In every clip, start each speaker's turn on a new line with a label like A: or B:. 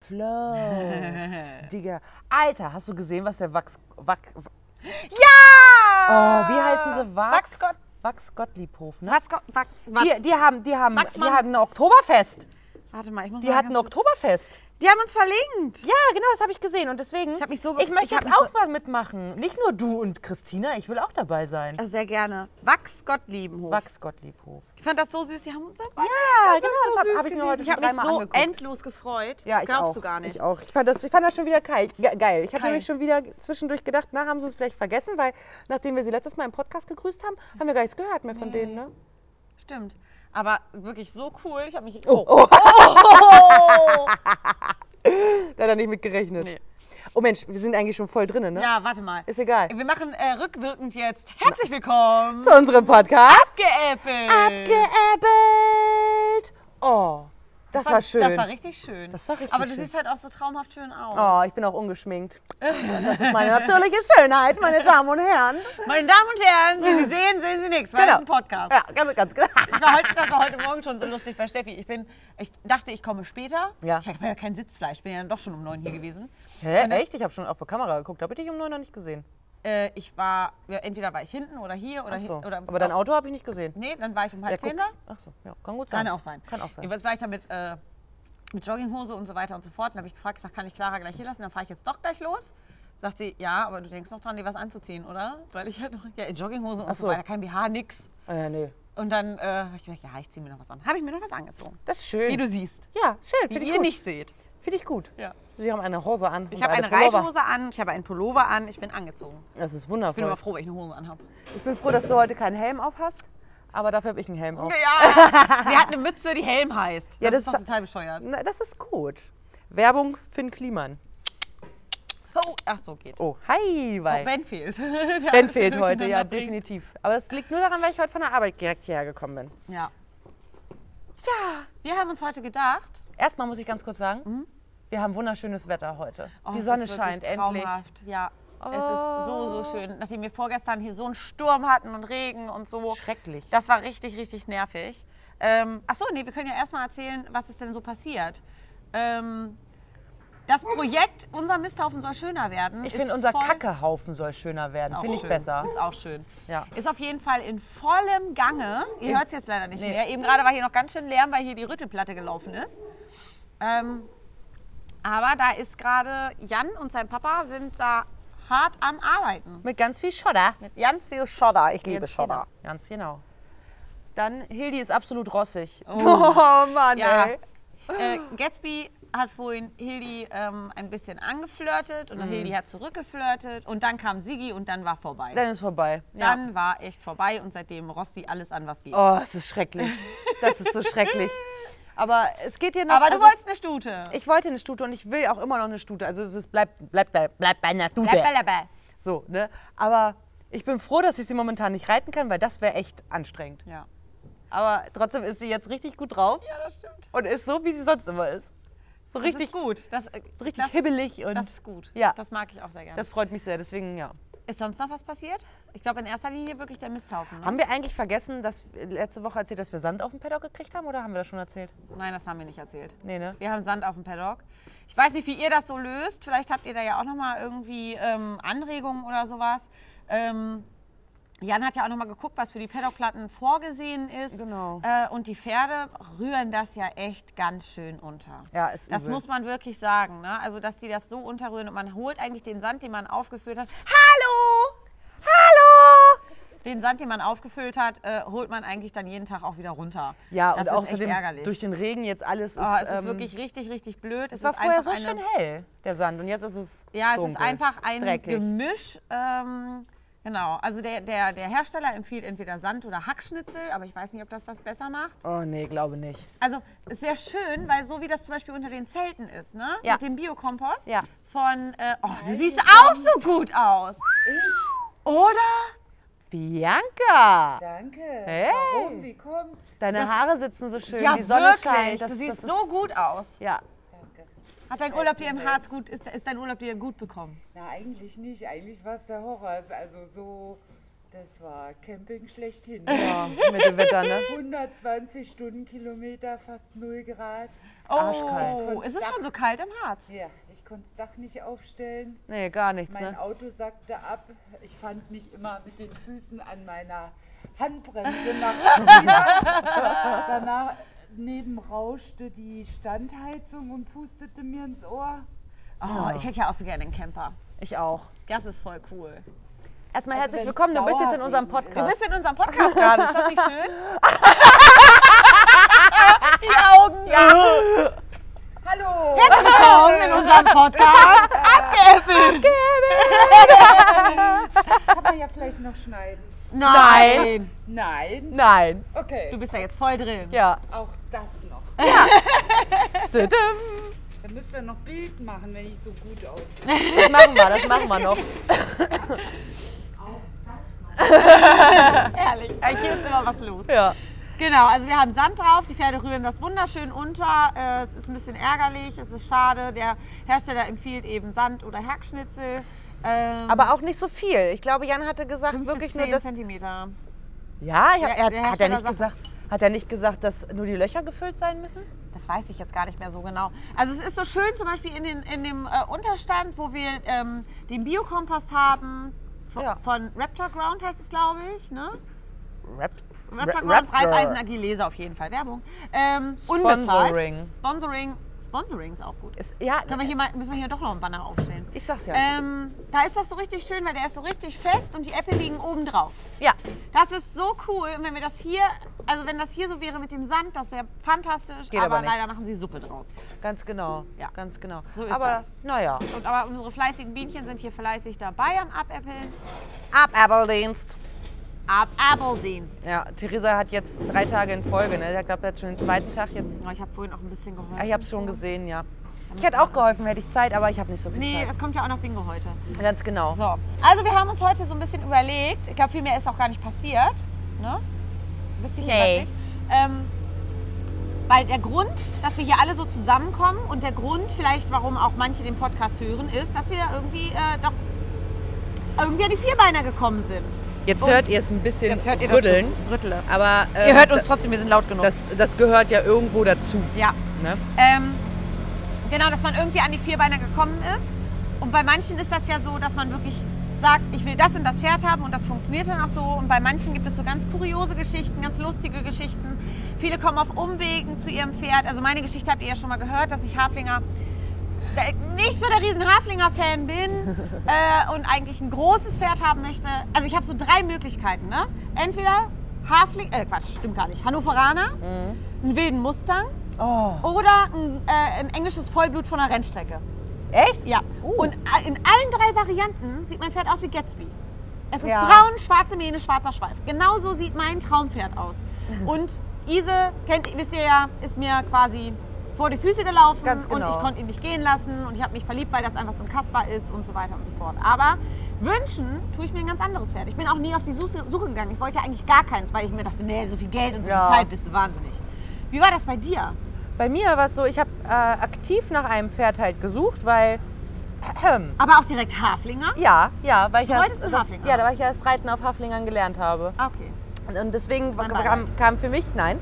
A: Flow. Digga. Alter, hast du gesehen, was der Wachs. Wach, oh,
B: Ja!
A: wie heißen sie? Wachs,
B: Ah, Wachs Gott-
A: Wachs Gottliebhof, ne?
B: Wachs, Gott- Wachs, Wachs.
A: Die, die haben, die haben, die
B: Wachsmann.
A: hatten ein Oktoberfest.
B: Warte mal, ich muss
A: Die
B: mal
A: hatten ein
B: ganz kurz-
A: Oktoberfest.
B: Die haben uns verlinkt.
A: Ja, genau, das habe ich gesehen. Und deswegen.
B: Ich hab mich so gef-
A: Ich möchte
B: ich hab
A: jetzt
B: mich so-
A: auch mal mitmachen. Nicht nur du und Christina, ich will auch dabei sein.
B: Also sehr gerne. Wachs Gottliebenhof.
A: Wachs Gottliebhof.
B: Ich fand das so süß. Die haben uns dabei.
A: Ja, genau,
B: so
A: das
B: süß
A: habe hab ich mir
B: gewesen.
A: heute
B: Ich
A: schon
B: habe mich
A: dreimal
B: so
A: angeguckt.
B: endlos gefreut.
A: Ja, ich
B: Glaubst
A: auch.
B: du gar nicht.
A: Ich auch. Ich fand das, ich fand das schon wieder kei- ge- geil. Ich habe
B: Geil.
A: nämlich schon wieder zwischendurch gedacht, na, haben sie uns vielleicht vergessen, weil nachdem wir sie letztes Mal im Podcast gegrüßt haben, haben wir gar nichts gehört mehr von denen, ne?
B: Stimmt. Aber wirklich so cool. Ich habe mich.
A: Oh, oh.
B: Oh.
A: da hat er nicht mit gerechnet.
B: Nee.
A: Oh Mensch, wir sind eigentlich schon voll drinnen, ne?
B: Ja, warte mal.
A: Ist egal.
B: Wir machen äh, rückwirkend jetzt. Herzlich willkommen.
A: Zu unserem Podcast.
B: Geäppelt.
A: Abgeäppelt. Oh, das, war, schön.
B: Das war richtig schön.
A: Das war richtig
B: Aber du
A: schön.
B: siehst halt auch so traumhaft schön aus.
A: Oh, ich bin auch ungeschminkt. Das ist meine natürliche Schönheit, meine Damen und Herren.
B: Meine Damen und Herren, wenn Sie sehen, sehen Sie nichts, weil es
A: Genau.
B: ist ein Podcast.
A: Ja, ganz, ganz genau.
B: Ich war heute, das war heute Morgen schon so lustig bei Steffi. Ich, bin, ich dachte, ich komme später.
A: Ja.
B: Ich habe ja kein Sitzfleisch. Ich bin ja dann doch schon um neun hier gewesen.
A: Hä,
B: Und dann-
A: echt? Ich habe schon auf der Kamera geguckt, habe ich dich um neun noch nicht gesehen.
B: Äh, ich war, ja, entweder war ich hinten oder hier oder
A: Ach so.
B: hin- oder
A: Aber dein Auto habe ich nicht gesehen.
B: Nee, dann war ich um halb
A: guck.
B: zehn da.
A: Ach so, ja, kann gut sein.
B: Kann auch sein.
A: Kann auch sein.
B: Jedenfalls war ich da mit, äh, mit Jogginghose und so weiter und so fort. Dann habe ich gefragt, gesagt, kann ich Clara gleich hier lassen? Dann fahre ich jetzt doch gleich los. Sagt sie, ja, aber du denkst noch dran, dir was anzuziehen, oder? Weil ich halt noch, ja, in Jogginghose und
A: Ach
B: so.
A: so.
B: weiter, kein BH, nix.
A: Ah, ja, nee.
B: Und dann äh, habe ich gesagt, ja, ich ziehe mir noch was an. Habe ich mir noch was angezogen.
A: Das ist schön.
B: Wie du siehst.
A: ja, schön.
B: Wie
A: Finde ich,
B: ihr
A: gut.
B: nicht seht.
A: Finde ich gut.
B: Ja.
A: Sie haben eine Hose an.
B: Ich habe eine Reithose an, ich habe einen Pullover an, ich bin angezogen.
A: Das ist
B: Ich bin
A: wundervoll.
B: aber froh, weil ich eine Hose anhabe.
A: Ich bin froh, dass du heute keinen Helm auf hast. Aber dafür habe ich einen Helm auf.
B: Ja, sie hat eine Mütze, die Helm heißt. Oh. Das,
A: Ja, das
B: ist doch
A: ist-
B: total bescheuert.
A: Na, das ist gut. Werbung für den Kliman.
B: Oh, ach so, geht.
A: Oh, hi,
B: Oh,
A: weil ben,
B: ben fehlt. Der alles
A: fehlt
B: hier
A: heute, ja,
B: durcheinander bringt.
A: definitiv. Aber das liegt nur daran, weil ich heute von der Arbeit direkt hierher gekommen bin.
B: Ja. Ja. Wir haben uns heute gedacht.
A: Erstmal muss ich ganz kurz sagen, wir haben wunderschönes Wetter heute.
B: oh,
A: Die
B: es
A: Sonne
B: ist wirklich
A: scheint endlich.
B: traumhaft. Ja. Es ist so, so schön. Nachdem wir vorgestern hier so einen Sturm hatten und Regen und so.
A: Schrecklich.
B: Das war richtig, richtig nervig. Ähm, ach so, nee, wir können ja erstmal erzählen, was ist denn so passiert. Ähm, das Projekt Unser Misthaufen soll schöner werden.
A: Ich
B: ist
A: finde, unser
B: voll-
A: Kackehaufen soll schöner werden.
B: Auch
A: Finde ich
B: schön.
A: besser.
B: Ist auch schön.
A: Ja.
B: Ist auf jeden Fall in vollem Gange. Ihr hört es jetzt leider nicht
A: nee.
B: mehr. Eben gerade war hier noch ganz schön Lärm, weil hier die Rüttelplatte gelaufen ist. Ähm, aber da ist gerade Jan und sein Papa sind da hart am Arbeiten.
A: Mit ganz viel Schodder. Mit ganz viel Schodder. Ich liebe
B: Ganz
A: Schodder. Ganz genau. Dann, Hildi ist absolut rossig. Oh, Mann,
B: Ja.
A: ey.
B: Äh, Gatsby hat vorhin Hildi ähm, ein bisschen angeflirtet
A: Mhm.
B: und Hildi hat zurückgeflirtet und dann kam Sigi und dann war vorbei.
A: Dann ist vorbei. Ja.
B: Dann war echt vorbei und seitdem Rosti alles an was geht.
A: Oh, es ist schrecklich. Das ist so schrecklich. Aber es geht hier noch.
B: Aber du
A: also,
B: wolltest eine Stute.
A: Ich wollte eine Stute und ich will auch immer noch eine Stute. Also es ist, bleibt bleib, bleib, bleib bei einer Stute.
B: Bleib bei dabei.
A: So, ne? Aber ich bin froh, dass ich sie momentan nicht reiten kann, weil das wäre echt anstrengend.
B: Ja.
A: Aber trotzdem ist sie jetzt richtig gut drauf
B: ja, das stimmt.
A: und ist so, wie sie sonst immer ist. So
B: Das
A: richtig,
B: ist gut. Das, äh,
A: so richtig
B: das,
A: hibbelig und
B: Das ist gut.
A: Ja.
B: Das mag ich auch sehr gerne.
A: das freut mich sehr. Deswegen, ja.
B: ist sonst noch was passiert? Ich glaube in erster Linie wirklich der Misthaufen. Ne?
A: Haben wir eigentlich vergessen, dass äh, letzte Woche erzählt, dass wir Sand auf dem Paddock gekriegt haben oder haben wir das schon erzählt?
B: Nein, das haben wir nicht erzählt.
A: Nee, ne?
B: Wir haben Sand auf dem Paddock. Ich weiß nicht, wie ihr das so löst. Vielleicht habt ihr da ja auch nochmal irgendwie ähm, Anregungen oder sowas. Ähm, Jan hat ja auch nochmal geguckt, was für die Paddockplatten vorgesehen ist.
A: Genau.
B: Äh, und die Pferde rühren das ja echt ganz schön unter.
A: Ja, ist
B: Das
A: übel.
B: muss man wirklich sagen. Ne? Also, dass die das so unterrühren und man holt eigentlich den Sand, den man aufgefüllt hat. Hallo! Hallo! Den Sand, den man aufgefüllt hat, äh, holt man eigentlich dann jeden Tag auch wieder runter.
A: Ja,
B: das
A: und
B: ist echt ärgerlich.
A: außerdem durch den Regen jetzt alles ist.
B: Oh, es ist
A: ähm,
B: wirklich richtig, richtig blöd. Es
A: Es war
B: ist
A: vorher
B: einfach
A: so
B: eine,
A: schön hell, der Sand. Und jetzt ist es.
B: Ja, es
A: dunkel,
B: ist einfach ein
A: dreckig.
B: Gemisch. Ähm, genau. Also der, der, der Hersteller empfiehlt entweder Sand oder Hackschnitzel, aber ich weiß nicht, ob das was besser macht.
A: Oh, nee, glaube nicht.
B: Also es wäre schön, weil so wie das zum Beispiel unter den Zelten ist, ne?
A: Ja.
B: Mit dem Biokompost.
A: Ja.
B: Von. Äh, oh, du siehst auch so gut aus. Ich. Oder?
A: Bianca!
C: Danke.
A: Hey.
C: Warum? Wie kommt's?
A: Deine Haare sitzen so schön,
B: ja,
A: die Sonne
B: wirklich.
A: scheint.
B: du siehst
A: das
B: so
A: ist-
B: gut aus.
A: Ja,
B: Hat dein Urlaub dir im Harz gut, ist, ist dein Urlaub dir gut bekommen?
C: Na, eigentlich nicht. Eigentlich war es der Horror. Es ist Also so Das war Camping schlechthin.
A: Ja, mit dem Wetter, ne?
C: 120 Stundenkilometer, fast 0 Grad.
B: Oh, ist es schon so kalt im Harz?
C: Ja, ich konnte das Dach nicht aufstellen.
A: Nee, gar nichts,
C: Mein
A: ne?
C: Auto sackte ab. Ich fand mich immer mit den Füßen an meiner Handbremse nach Danach neben rauschte die Standheizung und pustete mir ins Ohr.
B: Oh, ich hätte ja auch so gerne einen Camper.
A: Ich auch. Also
B: Das ist voll cool.
A: Erstmal herzlich
C: wenn's
A: willkommen, du bist jetzt in unserem
C: Dauerregen
B: Du
A: Podcast.
B: bist in unserem Podcast gerade, ist das nicht schön? Die Augen.
C: Hallo!
B: Willkommen in unserem Podcast. Abgeäffelt.
C: Kann man ja vielleicht noch schneiden.
B: Nein.
C: Nein.
A: Nein.
C: Okay.
B: Du bist da jetzt voll drin.
A: Ja.
C: Auch das noch.
A: Tüdüm.
C: Dann müsst ihr noch Bild machen, wenn ich so gut aussehe.
A: Das machen wir, das machen wir noch.
B: Ehrlich, hier ist immer was los.
A: Ja.
B: Genau, also wir haben Sand drauf, die Pferde rühren das wunderschön unter. Äh, es ist ein bisschen ärgerlich, es ist schade. Der Hersteller empfiehlt eben Sand oder Hackschnitzel. Ähm,
A: Aber auch nicht so viel. Ich glaube, Jan hatte gesagt,
B: fünf
A: wirklich
B: bis
A: nur
B: zehn
A: das.
B: Zentimeter.
A: Ja, ich hab, er
B: Der-
A: hat,
B: der
A: hat er
B: Hersteller
A: nicht
B: sagt-
A: gesagt. Hat er nicht gesagt, dass nur die Löcher gefüllt sein müssen?
B: Das weiß ich jetzt gar nicht mehr so genau. Also es ist so schön zum Beispiel in, den, in dem äh, Unterstand, wo wir ähm, den Biokompost haben. Von,
A: Ja.
B: von Raptor Ground heißt es, glaube ich. Ne?
A: Rap,
B: Raptor
A: Ra-
B: Ground,
A: Raptor.
B: Raiffeisen AG Leser auf jeden Fall. Werbung. Ähm, unbezahlt.
A: Sponsoring.
B: Sponsoring. Sponsoring ist auch gut.
A: Ist, ja,
B: Können wir hier mal, müssen wir hier doch noch einen Banner aufstellen.
A: ich sag's ja.
B: Ähm, da ist das so richtig schön, weil der ist so richtig fest und die Äpfel liegen oben drauf.
A: ja,
B: Das ist so cool. Und wenn wir das hier, also wenn das hier so wäre mit dem Sand, das wäre fantastisch.
A: Geht aber nicht.
B: leider machen sie Suppe draus.
A: ganz genau.
B: Ja.
A: Ganz genau.
B: So ist
A: aber
B: das.
A: naja.
B: Und, aber unsere fleißigen Bienchen sind hier fleißig dabei am Abäppeln.
A: Ab Abeldienst.
B: Ab Abeldienst.
A: Ja, Theresa hat jetzt drei Tage in Folge, ne? Ich glaube, er hat schon den zweiten Tag jetzt.
B: Ja, Oh, ich habe vorhin auch ein bisschen geholfen.
A: Ah, Ich hab's schon gesehen, ja. Ich hätte auch geholfen, hätte ich Zeit, aber ich habe nicht so viel
B: Nee,
A: Zeit.
B: es kommt ja auch noch Bingo heute.
A: Ganz genau.
B: So, also wir haben uns heute so ein bisschen überlegt. Ich glaube, viel mehr ist auch gar nicht passiert. Ne? Wisst ihr
A: Nee.
B: nee. nicht? Ähm, weil der Grund, dass wir hier alle so zusammenkommen und der Grund vielleicht, warum auch manche den Podcast hören, ist, dass wir irgendwie äh, doch irgendwie an die Vierbeiner gekommen sind.
D: Jetzt
A: Oh.
B: Und-
D: hört ihr es ein bisschen rütteln,
B: Rüttle.
D: aber äh,
B: Ihr hört uns trotzdem, wir sind laut genug.
D: das, das gehört ja irgendwo dazu.
B: ja.
D: Ne?
B: Ähm, genau, dass man irgendwie an die Vierbeiner gekommen ist. Und bei manchen ist das ja so, dass man wirklich sagt, ich will das und das Pferd haben und das funktioniert dann auch so. Und bei manchen gibt es so ganz kuriose Geschichten, ganz lustige Geschichten. Viele kommen auf Umwegen zu ihrem Pferd. Also meine Geschichte habt ihr ja schon mal gehört, dass ich Haflinger da- nicht so der riesen Haflinger-Fan bin äh, und eigentlich ein großes Pferd haben möchte. Also ich habe so drei Möglichkeiten. Ne? Entweder Hafling, äh Quatsch, stimmt gar nicht, Hannoveraner,
A: Mhm.
B: einen wilden Mustang
A: Oh.
B: oder ein, äh, ein englisches Vollblut von einer Rennstrecke. Echt? Ja.
A: Uh.
B: Und a- in allen drei Varianten sieht mein Pferd aus wie Gatsby. Es ist
A: Ja.
B: braun, schwarze Mähne, schwarzer Schweif. Genauso sieht mein Traumpferd aus. Und Ise, kennt, wisst ihr ja, ist mir quasi vor die Füße gelaufen
A: Ganz genau.
B: und ich konnte ihn nicht gehen lassen und ich habe mich verliebt, weil das einfach so ein Kasper ist und so weiter und so fort. Aber wünschen tue ich mir ein ganz anderes Pferd. Ich bin auch nie auf die Suche, Suche gegangen. Ich wollte ja eigentlich gar keins, weil ich mir dachte, nee, so viel Geld und so
A: Ja.
B: viel Zeit bist du wahnsinnig. Wie war das bei dir?
A: Bei mir war es so, ich habe äh, aktiv nach einem Pferd halt gesucht, weil.
B: Aber auch direkt Haflinger?
A: Ja, ja, weil ich, ja
B: wolltest einen
A: das,
B: Haflinger?
A: ja, weil ich ja das Reiten auf Haflingern gelernt habe.
B: Ah, Okay.
A: Und- Und deswegen
B: Mein
A: kam, kam für mich, nein,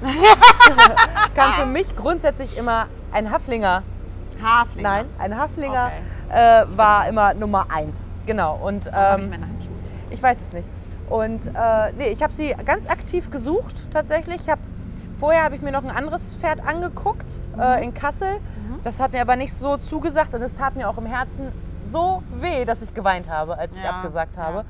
A: kam für mich grundsätzlich immer ein Haflinger,
B: Haflinger.
A: nein, ein Haflinger
B: Okay.
A: äh, war immer Nummer eins. Genau, und
B: Hab ich
A: ähm,
B: meine Handschuhe.
A: ich weiß es nicht. Und äh, nee, ich habe sie ganz aktiv gesucht tatsächlich. Ich hab, vorher habe ich mir noch ein anderes Pferd angeguckt
B: Mhm.
A: äh, in Kassel. Das hat mir aber nicht so zugesagt und es tat mir auch im Herzen so weh, dass ich geweint habe, als ich
B: Ja,
A: abgesagt
B: ja.
A: habe.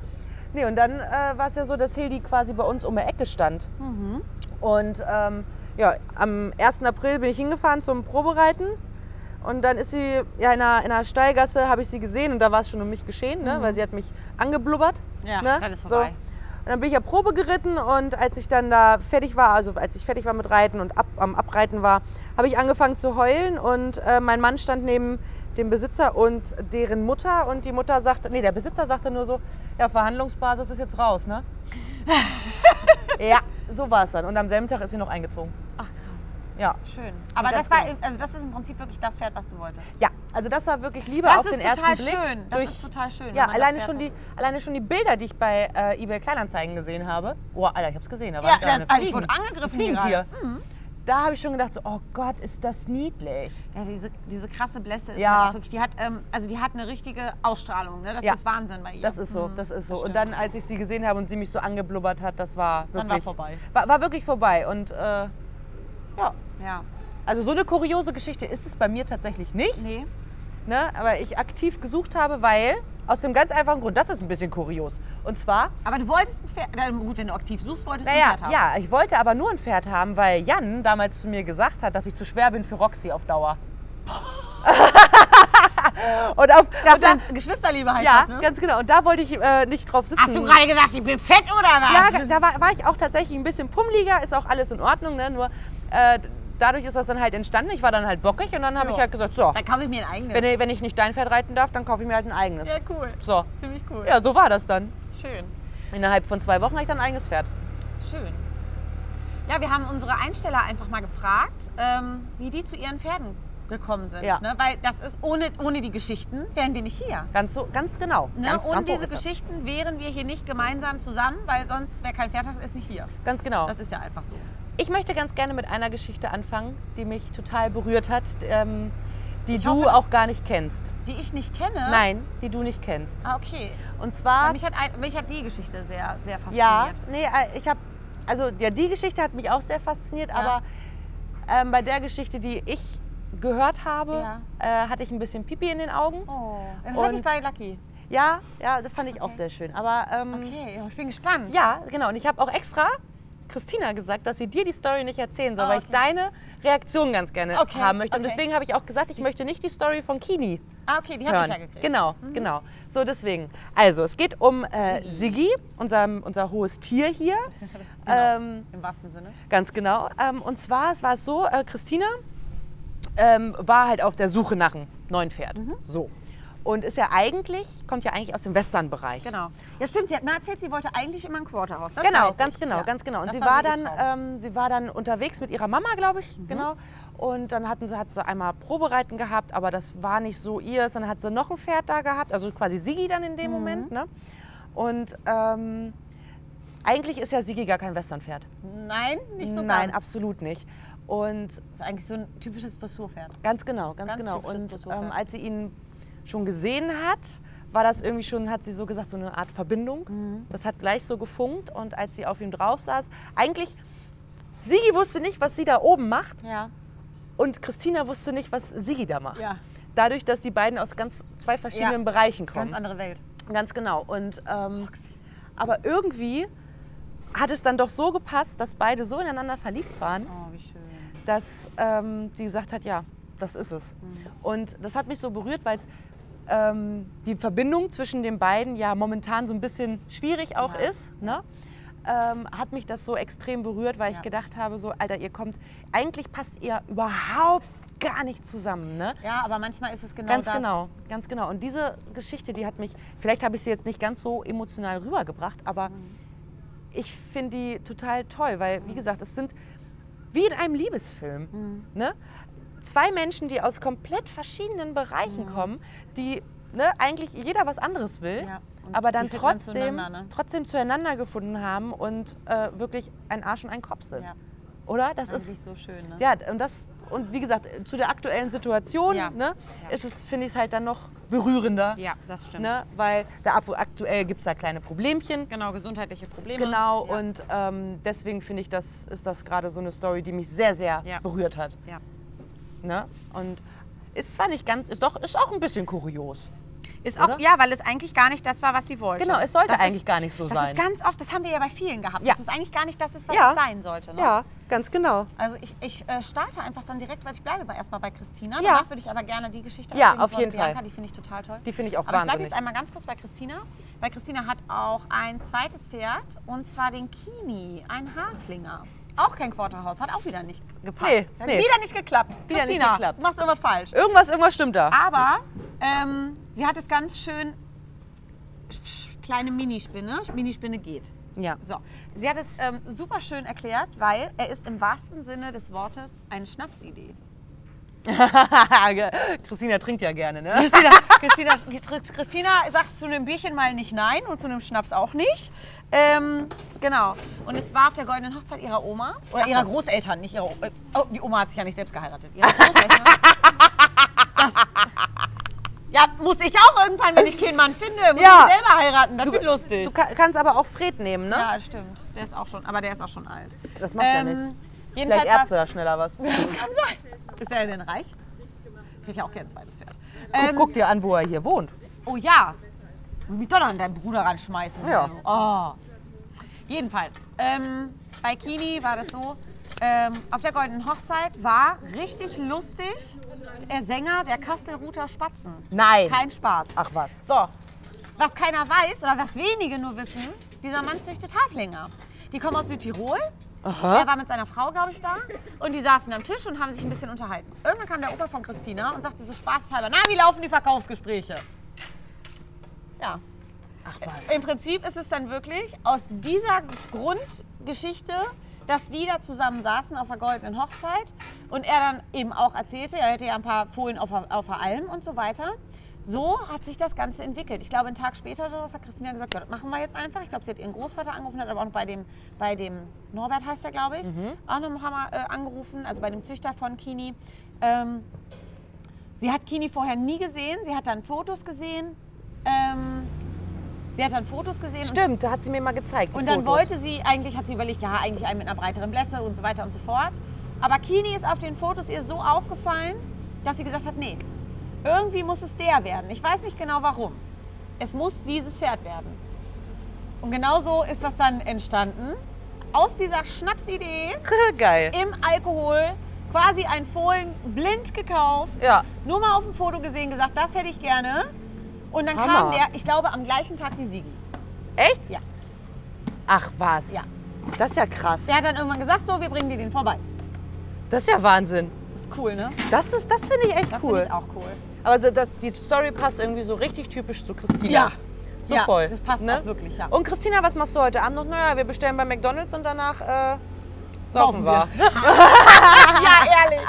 A: Nee, und dann äh, war es ja so, dass Hildi quasi bei uns um die Ecke stand.
B: Mhm.
A: Und ähm, ja, am 1. April bin ich hingefahren zum Probereiten. Und dann ist sie ja in einer, in einer Stallgasse, habe ich sie gesehen und da war es schon um mich geschehen, ne? weil sie hat mich angeblubbert.
B: Mhm. Ja,
A: ne?
B: dann ist
A: So.
B: vorbei.
A: Und dann bin ich ja Probe geritten und als ich dann da fertig war, also als ich fertig war mit Reiten und ab, am Abreiten war, habe ich angefangen zu heulen und äh, mein Mann stand neben dem Besitzer und deren Mutter und die Mutter sagte, nee, der Besitzer sagte nur so, ja, Verhandlungsbasis ist jetzt raus, ne? ja, so war es dann. Und am selben Tag ist sie noch eingezogen.
B: Ach krass.
A: Ja,
B: Schön. Aber
A: Ganz
B: das war, also das ist im Prinzip wirklich das Pferd, was du wolltest.
A: ja, Also das war wirklich Liebe
B: Das
A: auf
B: ist
A: den
B: total
A: ersten Blick.
B: schön. Das
A: durch-
B: ist total schön. wenn
A: Ja,
B: man das ne?
A: alleine
B: fährt.
A: schon, die, alleine schon die Bilder, die ich bei äh, eBay Kleinanzeigen gesehen habe. Oh, Alter, ich hab's gesehen. Da war
B: Ja,
A: ein kleiner
B: das, also ich
A: Fliegen-
B: wurde angegriffen
A: Fliegentier.
B: gerade. Mhm.
A: Da habe ich schon gedacht, so, oh Gott, ist das niedlich.
B: Ja, diese, diese krasse Blässe ist
A: Ja.
B: halt auch wirklich, die hat, ähm, also die hat eine richtige Ausstrahlung. Ne? Das
A: Ja.
B: ist Wahnsinn bei ihr.
A: Das ist so,
B: Mhm,
A: das ist so. und
B: stimmt.
A: dann, als ich sie gesehen habe und sie mich so angeblubbert hat, das war wirklich.
B: war vorbei.
A: War, war wirklich vorbei. Und äh, ja,
B: Ja,
A: also so eine kuriose Geschichte ist es bei mir tatsächlich nicht,
B: nee.
A: ne? aber ich aktiv gesucht habe, weil, aus dem ganz einfachen Grund, das ist ein bisschen kurios. Und zwar,
B: Aber du wolltest ein Pferd, na gut, wenn du aktiv suchst, wolltest du ein
A: naja,
B: Pferd haben.
A: ja, ich wollte aber nur ein Pferd haben, weil Jan damals zu mir gesagt hat, dass ich zu schwer bin für Roxy auf Dauer. und auf
B: Das
A: und da,
B: sind Geschwisterliebe heißt
A: ja,
B: das, ne?
A: ganz genau. Und da wollte ich äh, nicht drauf sitzen.
B: Hast du gerade gesagt, ich bin fett oder was?
A: Ja, ge- da war, war ich auch tatsächlich ein bisschen pummeliger, ist auch alles in Ordnung, ne? nur äh, d- dadurch ist das dann halt entstanden. Ich war dann halt bockig und dann habe
B: Ja.
A: ich halt gesagt, so,
B: Dann kaufe ich mir ein eigenes.
A: wenn, i- wenn ich nicht dein Pferd reiten darf, dann kaufe ich mir halt ein eigenes.
B: ja, cool.
A: So,
B: Ziemlich cool.
A: ja, so war das dann.
B: Schön.
A: Innerhalb von zwei Wochen hatte ich dann ein eigenes Pferd.
B: Schön. Ja, wir haben unsere Einsteller einfach mal gefragt, ähm, wie die zu ihren Pferden gekommen sind.
A: Ja.
B: Ne? Weil das ist, ohne, ohne die Geschichten wären wir nicht hier.
A: Ganz so, ganz genau.
B: Ne?
A: ganz
B: Ohne
A: Campo
B: diese
A: ist das.
B: Geschichten wären wir hier nicht gemeinsam zusammen, weil sonst, wer kein Pferd hat, ist nicht hier.
A: Ganz genau.
B: Das ist ja einfach so.
A: Ich möchte ganz gerne mit einer Geschichte anfangen, die mich total berührt hat, ähm, die du
B: hoffe-
A: auch gar nicht kennst.
B: Die ich nicht kenne.
A: Nein, die du nicht kennst.
B: Ah, okay.
A: Und
B: Ja,
A: zwar
B: mich, hat, ein- mich hat die Geschichte sehr, sehr fasziniert.
A: Ja, nee, äh, ich habe, also ja, die Geschichte hat mich auch sehr fasziniert,
B: Ja.
A: aber ähm, bei der Geschichte, die ich gehört habe,
B: Ja.
A: äh, hatte ich ein bisschen Pipi in den Augen.
B: Oh, das
A: Und- Mhm.
B: hatte ich bei Lucky.
A: Ja, ja, das fand ich auch
B: Okay.
A: sehr schön. Aber ähm,
B: Okay, ich bin gespannt.
A: ja, genau. Und ich habe auch extra Christina gesagt, dass sie dir die Story nicht erzählen soll,
B: Ah,
A: weil ich
B: okay.
A: deine Reaktion ganz gerne
B: Okay,
A: haben möchte. Und
B: okay.
A: deswegen habe ich auch gesagt, ich möchte nicht die Story von Kini
B: Ah, okay, die habe ich Mhm.
A: hören.
B: ja gekriegt.
A: genau, genau. So, deswegen. Also, es geht um äh, Siggi, unser, unser hohes Tier hier. ähm,
B: Im wahrsten Sinne.
A: Ganz genau. Ähm, und zwar, es war so, äh, Christina ähm, war halt auf der Suche nach einem neuen Pferd.
B: Mhm.
A: So. Und ist ja eigentlich, kommt ja eigentlich aus dem Western-Bereich.
B: Genau. Ja, stimmt. Sie hat mir erzählt, sie wollte eigentlich immer ein Quarterhaus. Das
A: Genau,
B: weiß ich.
A: ganz genau,
B: Ja.
A: ganz genau. Und
B: Das
A: sie war,
B: war so Mhm. ihr
A: dann, ähm, sie war dann unterwegs mit ihrer Mama, glaube ich, genau. Und dann hatten sie, hat sie einmal Probereiten gehabt, aber das war nicht so ihrs. Dann hat sie noch ein Pferd da gehabt, also quasi Sigi dann
B: Mhm.
A: in dem Moment. Ne? Und ähm, eigentlich ist ja Sigi gar kein Westernpferd.
B: Nein, nicht so
A: Nein,
B: ganz.
A: absolut nicht. Und
B: Das ist eigentlich so ein typisches Dressurpferd.
A: Ganz genau, ganz,
B: Ganz
A: genau.
B: typisches
A: Und
B: Dressurpferd.
A: ähm, als sie ihn schon gesehen hat, war das irgendwie schon, hat sie so gesagt, so eine Art Verbindung.
B: Mhm.
A: Das hat gleich so gefunkt und als sie auf ihm drauf saß, eigentlich, Sigi wusste nicht, was sie da oben macht
B: Ja.
A: und Christina wusste nicht, was Sigi da macht.
B: Ja.
A: Dadurch, dass die beiden aus ganz zwei verschiedenen Bereichen kommen.
B: Ganz andere Welt.
A: Ganz genau. Und, ähm, aber irgendwie hat es dann doch so gepasst, dass beide so ineinander verliebt waren,
B: Oh, wie schön.
A: dass ähm, die gesagt hat, ja, das ist es.
B: Mhm.
A: Und das hat mich so berührt, weil ähm, die Verbindung zwischen den beiden ja momentan so ein bisschen schwierig auch
B: Ja.
A: ist. Ne? Ähm, hat mich das so extrem berührt, weil
B: Ja.
A: ich gedacht habe, so, Alter, ihr kommt, eigentlich passt ihr überhaupt gar nicht zusammen. Ne?
B: Ja, aber manchmal ist es genau
A: Ganz
B: das.
A: genau, ganz genau. Und diese Geschichte, die hat mich, vielleicht habe ich sie jetzt nicht ganz so emotional rübergebracht,
B: Mhm.
A: aber ich finde die total toll, weil, wie gesagt, es sind wie in einem Liebesfilm.
B: Mhm.
A: Ne? Zwei Menschen, die aus komplett verschiedenen Bereichen
B: Mhm.
A: kommen, die ne, eigentlich jeder was anderes will,
B: Ja, und
A: aber
B: die
A: dann
B: finden dann
A: trotzdem
B: zueinander, ne?
A: trotzdem zueinander gefunden haben und äh, wirklich ein Arsch und ein Kopf sind.
B: Ja.
A: Oder? Das
B: Das
A: ist
B: ist so schön, ne?
A: ja, und das und wie gesagt, zu der aktuellen Situation
B: Ja.
A: ne,
B: Ja.
A: ist es, finde ich es halt dann noch berührender.
B: Ja, das stimmt.
A: Ne, weil da ab- aktuell gibt es da kleine Problemchen.
B: Genau, gesundheitliche Probleme.
A: Genau,
B: Ja.
A: und ähm, deswegen finde ich, das ist das gerade so eine Story, die mich sehr, sehr
B: Ja.
A: berührt hat.
B: Ja.
A: Ne? Und ist zwar nicht ganz, ist doch, ist auch ein bisschen kurios.
B: Ist auch,
A: Oder?
B: ja, weil es eigentlich gar nicht das war, was sie wollte.
A: Genau, es sollte
B: Das
A: eigentlich
B: ist,
A: gar nicht so
B: das
A: sein.
B: ist ganz oft, das haben wir ja bei vielen gehabt.
A: Ja.
B: Das ist eigentlich gar nicht das, ist, was
A: Ja.
B: es sein sollte. Ne?
A: ja, ganz genau.
B: Also ich, ich äh, starte einfach dann direkt, weil ich bleibe bei, erstmal bei Christina.
A: Ja.
B: Danach würde ich aber gerne die Geschichte
A: Ja,
B: erzählen
A: auf
B: von
A: jeden
B: Bianca,
A: Fall.
B: Die finde ich total toll.
A: Die finde ich auch
B: aber ich bleibe
A: wahnsinnig.
B: jetzt einmal ganz kurz bei Christina, weil Christina hat auch ein zweites Pferd und zwar den Kini, ein Haflinger. Auch kein Quarterhaus, hat auch wieder nicht gepasst.
A: Nee,
B: Hat
A: nee.
B: Wieder nicht geklappt.
A: Wieder nicht
B: Christina,
A: geklappt.
B: du machst irgendwas falsch.
A: Irgendwas, irgendwas stimmt da.
B: Aber ähm, sie hat es ganz schön kleine Minispinne. Minispinne geht.
A: Ja.
B: So, sie hat es ähm, super schön erklärt, weil er ist im wahrsten Sinne des Wortes eine Schnapsidee.
D: Christina trinkt ja gerne, ne?
B: Christina, Christina, Christina sagt zu einem Bierchen mal nicht nein und zu einem Schnaps auch nicht. Ähm, genau. Und es war auf der goldenen Hochzeit ihrer Oma oder ihrer Großeltern, nicht ihrer. O- äh, Oh, die Oma hat sich ja nicht selbst geheiratet. Ihre Großeltern. das, ja, muss ich auch irgendwann, wenn ich keinen Mann finde, muss
A: Ja.
B: ich selber heiraten. Das wird lustig.
A: Du ka- kannst aber auch Fred nehmen, ne?
B: ja, das stimmt. Der ist auch schon, aber der ist auch schon alt.
A: Das macht ja
B: Ähm,
A: nichts.
B: Jedenfalls
A: Vielleicht erbst du
B: war-
A: da schneller was.
B: Kann sein. Ist der denn reich? Ich hätte ja auch gern ein zweites Pferd. Ähm,
A: Guck, guck dir an, wo er hier wohnt.
B: Oh ja. Und mich doch noch an deinen Bruder ranschmeißen.
A: Ja.
B: Oh. Jedenfalls, ähm, bei Kini war das so, ähm, auf der Goldenen Hochzeit war richtig lustig der Sänger der Kastelruther Spatzen.
A: Nein.
B: Kein Spaß.
A: Ach was.
B: So, was keiner weiß oder was wenige nur wissen, dieser Mann züchtet Haflinger. Die kommen aus Südtirol. Er war mit seiner Frau, glaube ich, da. Und die saßen am Tisch und haben sich ein bisschen unterhalten. Irgendwann kam der Opa von Christina und sagte so spaßhalber, na, wie laufen die Verkaufsgespräche? Ja. Ach was. Im Prinzip ist es dann wirklich aus dieser Grundgeschichte, dass die da zusammen saßen auf der goldenen Hochzeit und er dann eben auch erzählte, er hätte ja ein paar Fohlen auf, der- auf der Alm und so weiter. So hat sich das Ganze entwickelt. Ich glaube, einen Tag später oder was hat Christina gesagt, ja, das machen wir jetzt einfach. Ich glaube, sie hat ihren Großvater angerufen, hat aber auch noch bei dem, bei dem Norbert heißt er, glaube ich, auch noch mal, äh, angerufen, also bei dem Züchter von Kini. Ähm, sie hat Kini vorher nie gesehen, sie hat dann Fotos gesehen. Ähm, sie hat dann Fotos gesehen und
A: Stimmt, da hat sie mir mal gezeigt. die
B: und dann
A: Fotos.
B: wollte sie, eigentlich hat sie überlegt, ja, eigentlich einen mit einer breiteren Blässe und so weiter und so fort. Aber Kini ist auf den Fotos ihr so aufgefallen, dass sie gesagt hat, nee, irgendwie muss es der werden. Ich weiß nicht genau warum. Es muss dieses Pferd werden. Und genau so ist das dann entstanden. Aus dieser Schnapsidee
A: Geil.
B: im Alkohol quasi ein Fohlen blind gekauft.
A: Ja.
B: Nur mal auf dem Foto gesehen, gesagt, das hätte ich gerne. Und dann kam
A: Hammer.
B: der, ich glaube, am gleichen Tag wie Siegen.
A: Echt?
B: Ja.
A: Ach was.
B: Ja.
A: Das ist ja krass.
B: Der hat dann irgendwann gesagt, so, wir bringen dir den vorbei.
A: Das ist ja Wahnsinn.
B: Das ist cool, ne?
A: Das, ist- das finde ich echt
B: Das
A: cool.
B: finde ich auch cool.
A: Aber so, das, die Story passt irgendwie so richtig typisch zu Christina. So
B: ja,
A: voll.
B: Das passt
A: ne?
B: auch wirklich, ja.
A: Und Christina, was machst du heute Abend noch? Naja, wir bestellen bei McDonalds und danach äh, saufen
B: Saufen
A: wir.
B: ja, ehrlich.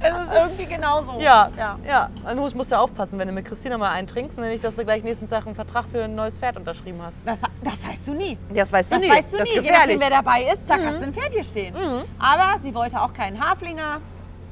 B: Es ist irgendwie genauso.
A: Ja,
B: ja.
A: ja. Und du musst, musst du aufpassen, wenn du mit Christina mal einen trinkst, ne, nicht, dass du gleich nächsten Tag einen Vertrag für ein neues Pferd unterschrieben hast.
B: Das, wa- das weißt du nie.
A: Das weißt du
B: Das
A: nie.
B: weißt du
A: das
B: nie.
A: Ist
B: Je
A: gefährlich.
B: nachdem,
A: Mhm.
B: wer dabei ist, zack, hast du ein Pferd hier stehen. Aber sie wollte auch keinen Haflinger,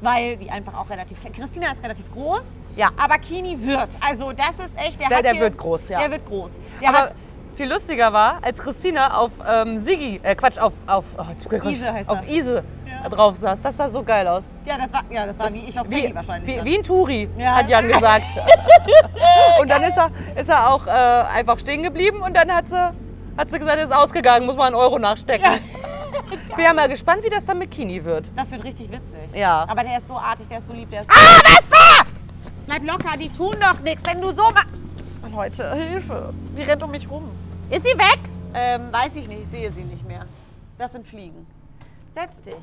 B: weil die einfach auch relativ klein. Christina ist relativ groß.
A: Ja.
B: Aber Kini wird. Also das ist echt, der,
A: Der-
B: hat
A: der
B: hier,
A: wird groß, ja.
B: Der wird groß. Der
A: Aber
B: hat,
A: viel lustiger war, als Christina auf ähm, Sigi, äh, Quatsch, auf, auf oh, jetzt,
B: Ise heißt
A: auf
B: er.
A: Ise drauf saß. Das sah so geil aus.
B: ja, das war, ja, das war wie ich auf Peggy wahrscheinlich.
A: Wie,
B: ne?
A: wie ein Touri,
B: Ja.
A: hat Jan gesagt. und dann ist er, ist er auch äh, einfach stehen geblieben und dann hat sie, hat sie gesagt, er ist ausgegangen, muss mal einen Euro nachstecken. Bin ja mal gespannt, wie das dann mit Kini wird.
B: Das wird richtig witzig.
A: Ja.
B: Aber der ist so artig, der ist so lieb, der ist. Ah, Vespa! Bleib locker, die tun doch nichts, wenn du so machst.
A: Leute, Hilfe. Die rennt um mich rum.
B: Ist sie weg? Ähm, weiß ich nicht, ich sehe sie nicht mehr. Das sind Fliegen. Setz dich.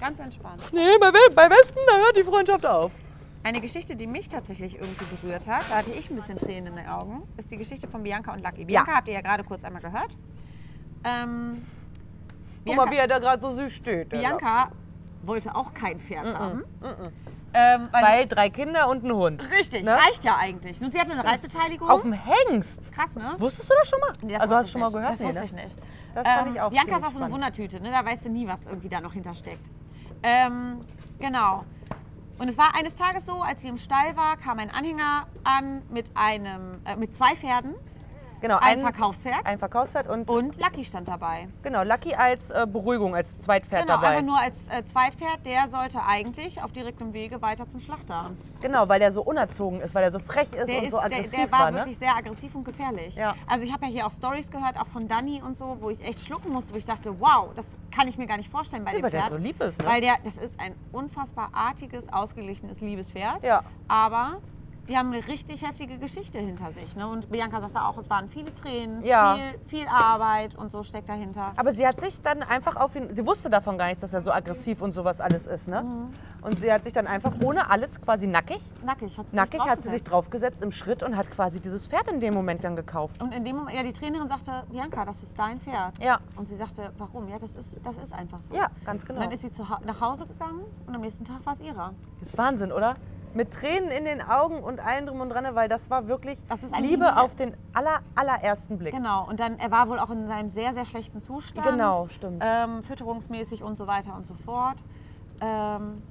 B: Ganz entspannt.
A: Nee, bei, We- bei Wespen, da hört die Freundschaft auf.
B: Eine Geschichte, die mich tatsächlich irgendwie berührt hat, da hatte ich ein bisschen Tränen in den Augen, ist die Geschichte von Bianca und Lucky. Bianca habt ihr ja gerade kurz einmal gehört. Ähm,
A: Guck
B: Bianca,
A: mal, wie er da gerade so süß steht. der da.
B: Bianca wollte auch kein Pferd haben. Ähm, weil
A: Weil drei Kinder und ein Hund.
B: Richtig,
A: Ne?
B: reicht ja eigentlich. Nun, sie hatte eine Reitbeteiligung.
A: Auf dem Hengst.
B: Krass, ne?
A: Wusstest du das schon mal?
B: Nee, das
A: also
B: wusste
A: hast du
B: ich
A: schon mal
B: nicht.
A: gehört?
B: Das
A: Nee,
B: wusste
A: ne?
B: ich nicht. Ähm,
A: Das fand ich auch
B: Bianca ist auch
A: ziemlich
B: so eine
A: spannend.
B: Wundertüte, ne? da weißt du nie, was irgendwie da noch hintersteckt. Ähm, genau. Und es war eines Tages so, als sie im Stall war, kam ein Anhänger an mit, einem, äh, mit zwei Pferden,
A: Genau,
B: ein
A: ein,
B: Verkaufspferd
A: ein Verkaufspferd und
B: und Lucky stand dabei.
A: genau, Lucky als äh, Beruhigung, als Zweitpferd
B: Genau,
A: dabei.
B: einfach nur als äh, Zweitpferd, der sollte eigentlich auf direktem Wege weiter zum Schlachter.
A: Genau, weil der so unerzogen ist, weil er so frech ist
B: Der,
A: und
B: ist,
A: so
B: der,
A: aggressiv
B: der war,
A: ne?
B: wirklich sehr aggressiv und gefährlich.
A: Ja.
B: Also ich habe ja hier auch Stories gehört, auch von Dani und so, wo ich echt schlucken musste, wo ich dachte, wow, das kann ich mir gar nicht vorstellen bei
A: Ja,
B: dem
A: weil der
B: Pferd.
A: so lieb ist, ne?
B: Weil der, das ist ein unfassbar artiges, ausgeglichenes, liebes Pferd.
A: Ja.
B: Aber die haben eine richtig heftige Geschichte hinter sich. Ne? Und Bianca sagte auch, es waren viele Tränen,
A: Ja.
B: viel, viel Arbeit und so steckt dahinter.
A: Aber sie hat sich dann einfach auf ihn, sie wusste davon gar nichts, dass er so aggressiv und sowas alles ist, ne?
B: Mhm.
A: Und sie hat sich dann einfach ohne alles quasi nackig,
B: Nackig hat sie
A: nackig
B: sich
A: hat sie sich
B: draufgesetzt.
A: draufgesetzt im Schritt und hat quasi dieses Pferd in dem Moment dann gekauft.
B: Und in dem Moment, ja, die Trainerin sagte, Bianca, das ist dein Pferd.
A: Ja.
B: Und sie sagte, warum? Ja, das ist, das ist einfach so.
A: Ja, ganz genau.
B: Und dann ist sie zu, Hau- nach Hause gegangen und am nächsten Tag war es ihrer.
A: Das ist Wahnsinn, oder? Mit Tränen in den Augen und allem drum und dran, weil das war wirklich
B: Das ist eigentlich ein
A: Liebe
B: Pferd.
A: auf den aller, allerersten Blick.
B: Genau. Und dann, er war wohl auch in seinem sehr, sehr schlechten Zustand.
A: Genau, stimmt.
B: Ähm, fütterungsmäßig und so weiter und so fort. Ähm,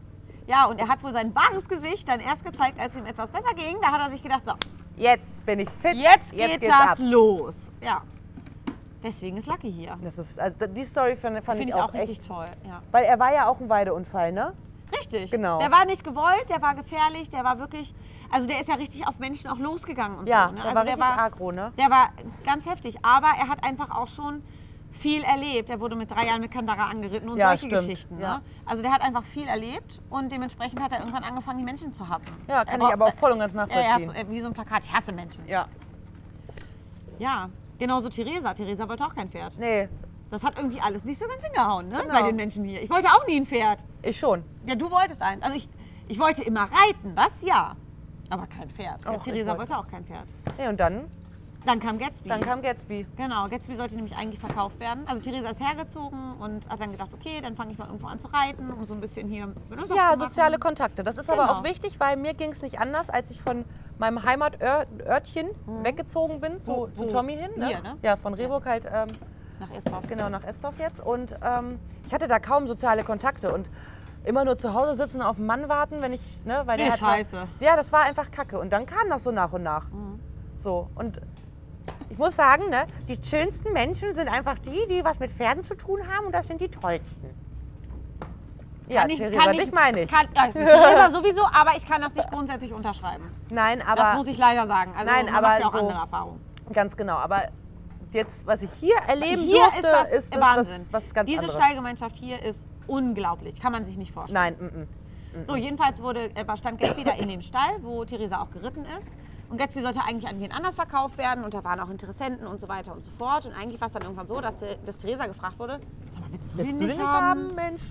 B: ja, und er hat wohl sein wahres Gesicht dann erst gezeigt, als ihm etwas besser ging. Da hat er sich gedacht, so,
A: Jetzt bin ich fit.
B: jetzt geht
A: geht's
B: das
A: ab.
B: los. Ja. Deswegen ist Lucky hier.
A: Das ist, also die Story fand, fand
B: Finde
A: ich
B: ich auch,
A: auch
B: richtig
A: echt.
B: toll. Ja.
A: Weil er war ja auch ein Weideunfall, ne?
B: Richtig.
A: Genau.
B: Der war nicht gewollt, der war gefährlich, der war wirklich, also der ist ja richtig auf Menschen auch losgegangen und
A: Ja,
B: so. Ne?
A: der
B: also
A: war richtig aggro, ne?
B: Der war ganz heftig, aber er hat einfach auch schon viel erlebt. Er wurde mit drei Jahren mit Kandara angeritten und
A: Ja,
B: solche
A: stimmt.
B: Geschichten.
A: Ja.
B: Ne? Also der hat einfach viel erlebt und dementsprechend hat er irgendwann angefangen, die Menschen zu hassen.
A: Ja, kann
B: Er
A: ich
B: braucht-
A: aber auch voll und ganz
B: er, er hat
A: nachvollziehen.
B: so, er, wie so ein Plakat, ich hasse Menschen.
A: Ja.
B: Ja, genauso Theresa. Theresa wollte auch kein Pferd.
A: Nee,
B: Das hat irgendwie alles nicht so ganz hingehauen ne?
A: Genau.
B: bei den Menschen hier. Ich wollte auch nie ein Pferd.
A: ich schon.
B: Ja, du wolltest eins. Also ich, ich wollte immer reiten, das ja. Aber kein Pferd. Ja,
A: Och, ich
B: Theresa
A: wollte-
B: wollte auch kein Pferd.
A: Nee, und dann,
B: Dann kam Gatsby.
A: dann kam Gatsby.
B: genau, Gatsby sollte nämlich eigentlich verkauft werden. Also Theresa ist hergezogen und hat dann gedacht, okay, dann fange ich mal irgendwo an zu reiten, um so ein bisschen hier...
A: Ja, soziale Kontakte. Das ist aber
B: Genau.
A: auch wichtig, weil mir ging es nicht anders, als ich von meinem Heimatörtchen weggezogen bin, zu,
B: Mhm. Wo-
A: zu
B: wo?
A: Tommy hin.
B: Hier, ne?
A: Ja, von Rehburg halt ähm,
B: Nach Estorf.
A: genau nach Estorf jetzt. Und ähm, ich hatte da kaum soziale Kontakte und immer nur zu Hause sitzen und auf den Mann warten, wenn ich, ne, weil der
B: Nee,
A: hat-
B: scheiße. Mhm.
A: Ja, das war einfach Kacke. Und dann kam das so nach und nach. So und ich muss sagen, ne, die schönsten Menschen sind einfach die, die was mit Pferden zu tun haben und das sind die tollsten. Ja,
B: Kann ich-
A: Theresa,
B: kann
A: dich meine ich.
B: Kann, ja, Theresa sowieso, aber ich kann das nicht grundsätzlich unterschreiben.
A: Nein,
B: das
A: aber
B: muss ich leider sagen. Also
A: Nein,
B: man
A: aber
B: macht ja auch
A: so-
B: andere Erfahrungen.
A: ganz genau. Aber jetzt, was ich hier erleben
B: hier
A: durfte,
B: ist das,
A: ist das
B: Wahnsinn.
A: was, was ganz
B: Diese
A: anderes.
B: Stallgemeinschaft hier ist unglaublich. Kann man sich nicht vorstellen.
A: Nein, mm, mm.
B: So, jedenfalls wurde, äh, war- stand Gatsby da in dem Stall, wo Theresa auch geritten ist. Und Gatsby sollte eigentlich an wen anders verkauft werden und da waren auch Interessenten und so weiter und so fort. Und eigentlich war es dann irgendwann so, dass, Te- dass Theresa gefragt wurde, sag mal, willst du,
A: willst
B: den
A: du den
B: nicht haben?
A: haben, Mensch?